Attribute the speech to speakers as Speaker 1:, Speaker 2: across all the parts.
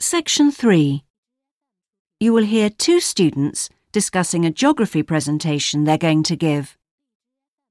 Speaker 1: Section 3. You will hear two students discussing a geography presentation they're going to give.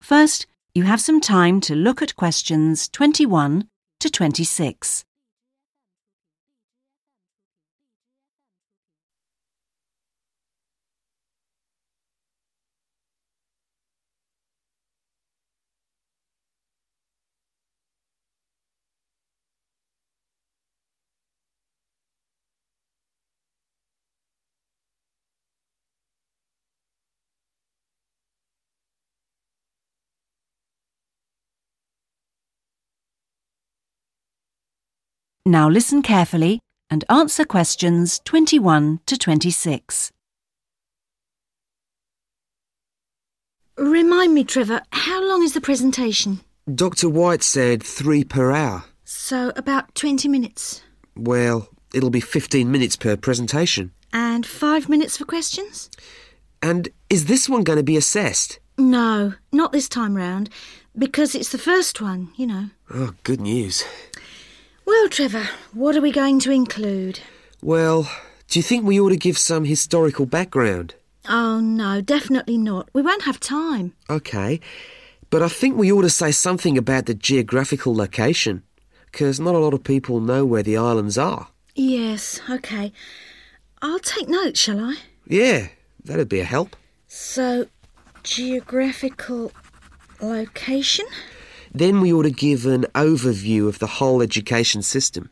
Speaker 1: First, you have some time to look at questions 21 to 26. Now listen carefully and answer questions 21 to 26.
Speaker 2: Remind me, Trevor, how long is the presentation?
Speaker 3: Dr. White said three per hour.
Speaker 2: So, about 20 minutes.
Speaker 3: Well, it'll be 15 minutes per presentation.
Speaker 2: And five minutes for questions?
Speaker 3: And is this one going to be assessed?
Speaker 2: No, not this time round, because it's the first one, you know.
Speaker 3: Oh, good news.
Speaker 2: Well, Trevor, what are we going to include?
Speaker 3: Well, do you think we ought to give some historical background?
Speaker 2: Oh, no, definitely not. We won't have time.
Speaker 3: Okay. But I think we ought to say something about the geographical location, because not a lot of people know where the islands are.
Speaker 2: Yes, OK. I'll take notes, shall I?
Speaker 3: Yeah, that'd be a help.
Speaker 2: So, geographical location?
Speaker 3: Then we ought to give an overview of the whole education system.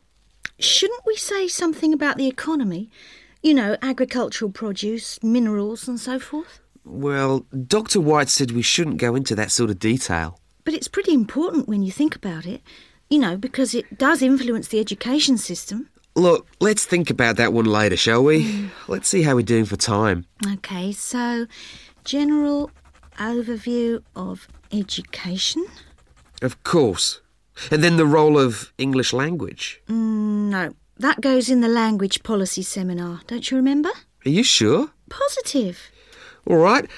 Speaker 2: Shouldn't we say something about the economy? You know, agricultural produce, minerals, and so forth?
Speaker 3: Well, Dr. White said we shouldn't go into that sort of detail.
Speaker 2: But it's pretty important when you think about it, you know, because it does influence the education system.
Speaker 3: Look, let's think about that one later, shall we? Let's see how we're doing for time.
Speaker 2: OK, so general overview of education?
Speaker 3: Of course. And then the role of English language.
Speaker 2: No, that goes in the language policy seminar, don't you remember?
Speaker 3: Are you sure?
Speaker 2: Positive.
Speaker 3: All right.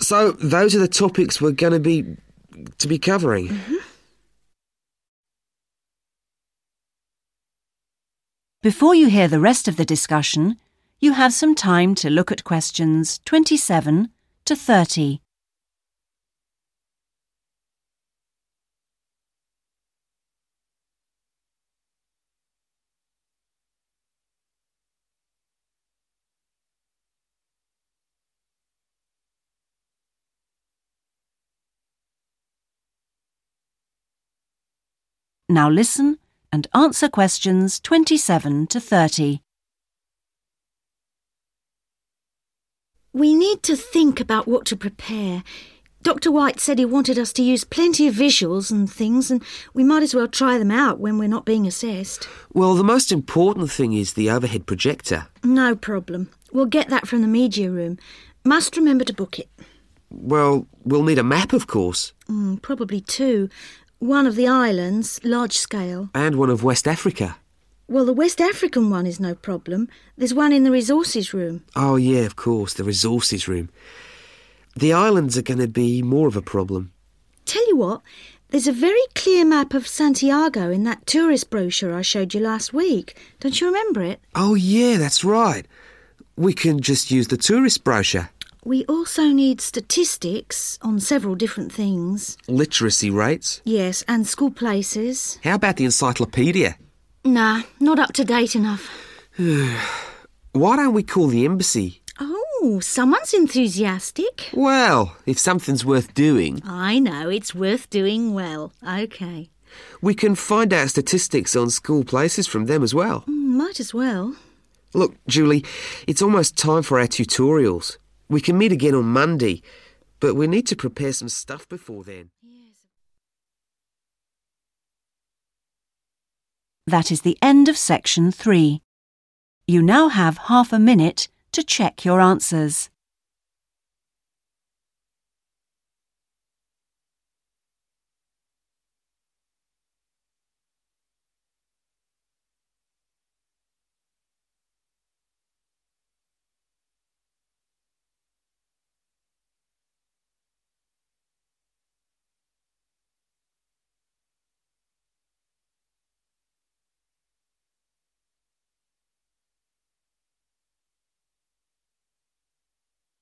Speaker 3: So those are the topics we're going to be to be covering.
Speaker 1: Before you hear the rest of the discussion, you have some time to look at questions 27 to 30. Now listen and answer questions 27 to 30.
Speaker 2: We need to think about what to prepare. Dr. White said he wanted us to use plenty of visuals and things, and we might as well try them out when we're not being assessed.
Speaker 3: Well, the most important thing is the overhead projector.
Speaker 2: No problem. We'll get that from the media room. Must remember to book it.
Speaker 3: Well, we'll need a map, of course,
Speaker 2: Mm, probably two. One of the islands, large scale.
Speaker 3: and one of West Africa.
Speaker 2: Well, the West African one is no problem. There's one in the resources room.
Speaker 3: Oh, yeah, of course, the resources room. The islands are going to be more of a problem.
Speaker 2: Tell you what, there's a very clear map of Santiago in that tourist brochure I showed you last week. Don't you remember it?
Speaker 3: Oh, yeah, that's right. We can just use the tourist brochure.
Speaker 2: We also need statistics on several different things.
Speaker 3: Literacy rates.
Speaker 2: Yes, and school places.
Speaker 3: How about the encyclopedia?
Speaker 2: Nah, not up to date enough.
Speaker 3: Why don't we call the embassy?
Speaker 2: Oh, someone's enthusiastic.
Speaker 3: Well, if something's worth doing,
Speaker 2: I know, it's worth doing well. OK.
Speaker 3: we can find out statistics on school places from them as well.
Speaker 2: Mm, Might as well.
Speaker 3: Look, Julie, it's almost time for our tutorials. We can meet again on Monday, but we need to prepare some stuff before then.
Speaker 1: That is the end of section 3. You now have half a minute to check your answers.